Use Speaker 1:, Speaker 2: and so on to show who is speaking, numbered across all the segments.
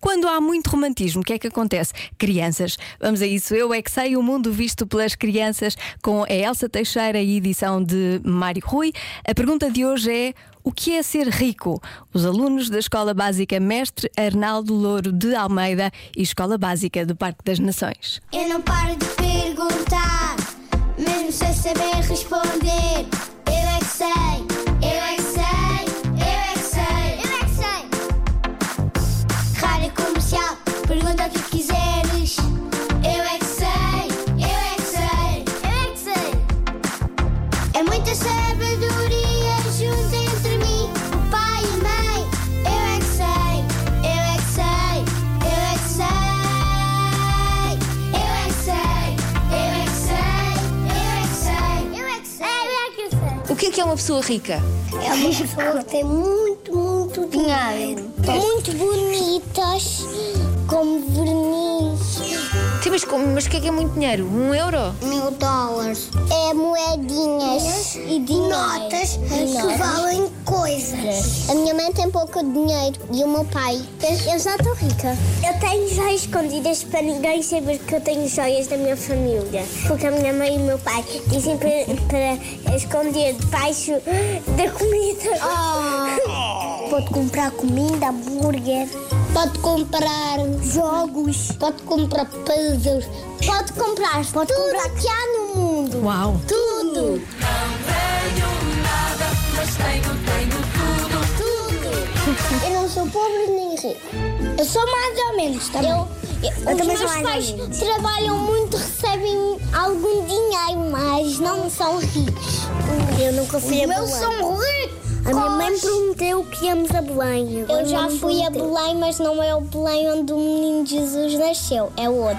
Speaker 1: Quando há muito romantismo, o que é que acontece? Crianças. Vamos a isso. Eu é que sei o mundo visto pelas crianças com a Elsa Teixeira e edição de Mário Rui. A pergunta de hoje é: o que é ser rico? Os alunos da Escola Básica Mestre Arnaldo Louro de Almeida e Escola Básica do Parque das Nações.
Speaker 2: Eu não paro de perguntar, mesmo sem saber responder. Eu é que sei, eu é que sei, eu é que sei, eu é que sei. Rádio comercial, pergunta o que quiseres. Eu é que sei, eu é que sei, eu é que sei. É muita sabedoria junto entre mim, o pai e a mãe. Eu é que sei, eu é que sei, eu é que sei. Eu é que sei, eu é que sei, eu é que sei. Eu é que sei, eu é que
Speaker 3: O que é que é uma pessoa rica?
Speaker 2: sei. É uma pessoa que tem muito, muito dinheiro. Muito bonitas, como verniz.
Speaker 3: Sim, mas, como- mas o que é que é muito dinheiro? Um euro?
Speaker 2: mil dólares. É moedinhas e de notas que valem coisas. A minha mãe tem pouco dinheiro e o meu pai. Eu, já estou rica. Eu tenho joias escondidas para ninguém saber que eu tenho joias da minha família. Porque a minha mãe e o meu pai dizem para, para esconder debaixo da comida. Ah. Pode comprar comida, hambúrguer. Pode comprar jogos. Pode comprar puzzles. Pode comprar tudo que há no mundo.
Speaker 1: Uau!
Speaker 2: Tudo. Eu não sou pobre nem rico. Eu sou mais ou menos também. Eu, os
Speaker 4: também sou
Speaker 2: meus
Speaker 4: mais ou
Speaker 2: pais
Speaker 4: menos.
Speaker 2: trabalham muito, recebem algum dinheiro, mas não são ricos. Oh, um Eu nunca fui a Belém. Eu sou rico. A minha mãe prometeu que íamos a Belém. Eu já fui a Belém, mas não é o Belém onde o menino Jesus nasceu, é o outro.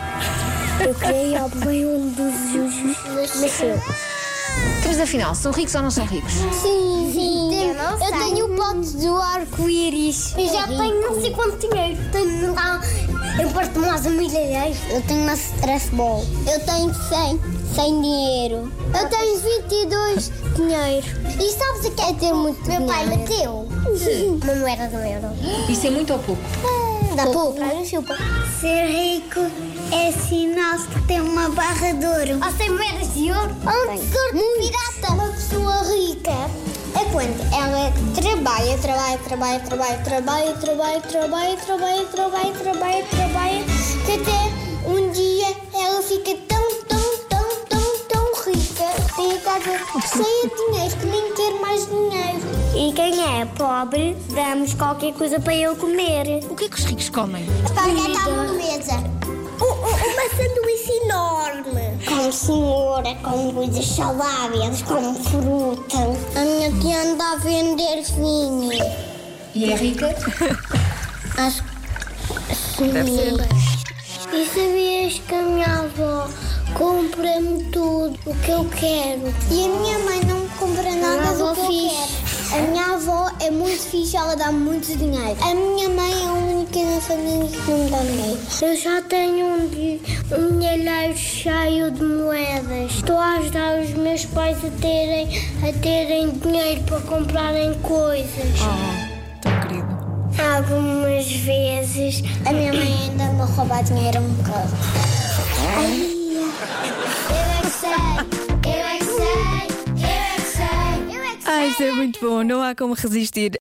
Speaker 2: Eu queria ir ao Belém onde o Jesus nasceu.
Speaker 3: Então, Mas afinal, são ricos ou não são ricos?
Speaker 2: Sim, sim. eu, tenho o pote do arco-íris. Eu já tenho não sei quanto dinheiro. Tenho, ah, eu parto mais a milhares. Eu tenho uma stress ball. Eu tenho 100. 100 dinheiro. Eu tenho 22 dinheiro. E sabes o que é ter muito Meu pai meteu. Uma moeda de um euro.
Speaker 3: Isso é muito ou pouco?
Speaker 2: Hum, Dá pouco. né, Ser rico é sinal de ter uma barra de ouro. Ou sem moedas de ouro. Ou um tesouro de pirata. Uma pessoa rica é quando ela trabalha, trabalha, trabalha, trabalha, trabalha, trabalha, trabalha, trabalha, trabalha, trabalha, trabalha, que até um dia ela fica tão, tão, tão, tão, tão rica que tem a casa cheia de dinheiro, que nem quer mais dinheiro. E quem é pobre, damos qualquer coisa para ele comer.
Speaker 3: O que é que os ricos comem?
Speaker 2: Espaguete à bolonhesa. Um, Uma sanduíche enorme. Com cenoura, com coisas saudáveis, com fruta. A minha tia anda a vender vinho.
Speaker 3: E é rica?
Speaker 2: Acho que sim. E sabias que a minha avó compra-me tudo o que eu quero? E a minha mãe não me compra nada do que eu quero. A minha avó é muito fixe, ela dá muito dinheiro. A minha mãe é a única na família que não me dá dinheiro. Eu já tenho um, di- um dinheiro cheio de moedas. Estou a ajudar os meus pais a terem, a terem dinheiro para comprarem coisas.
Speaker 1: Oh, tão querido.
Speaker 2: Algumas vezes a minha mãe ainda me rouba dinheiro um bocado. Eu é que sei, eu é que sei, eu é que sei, eu é que sei.
Speaker 1: Ah, isso é muito bom, não há como resistir.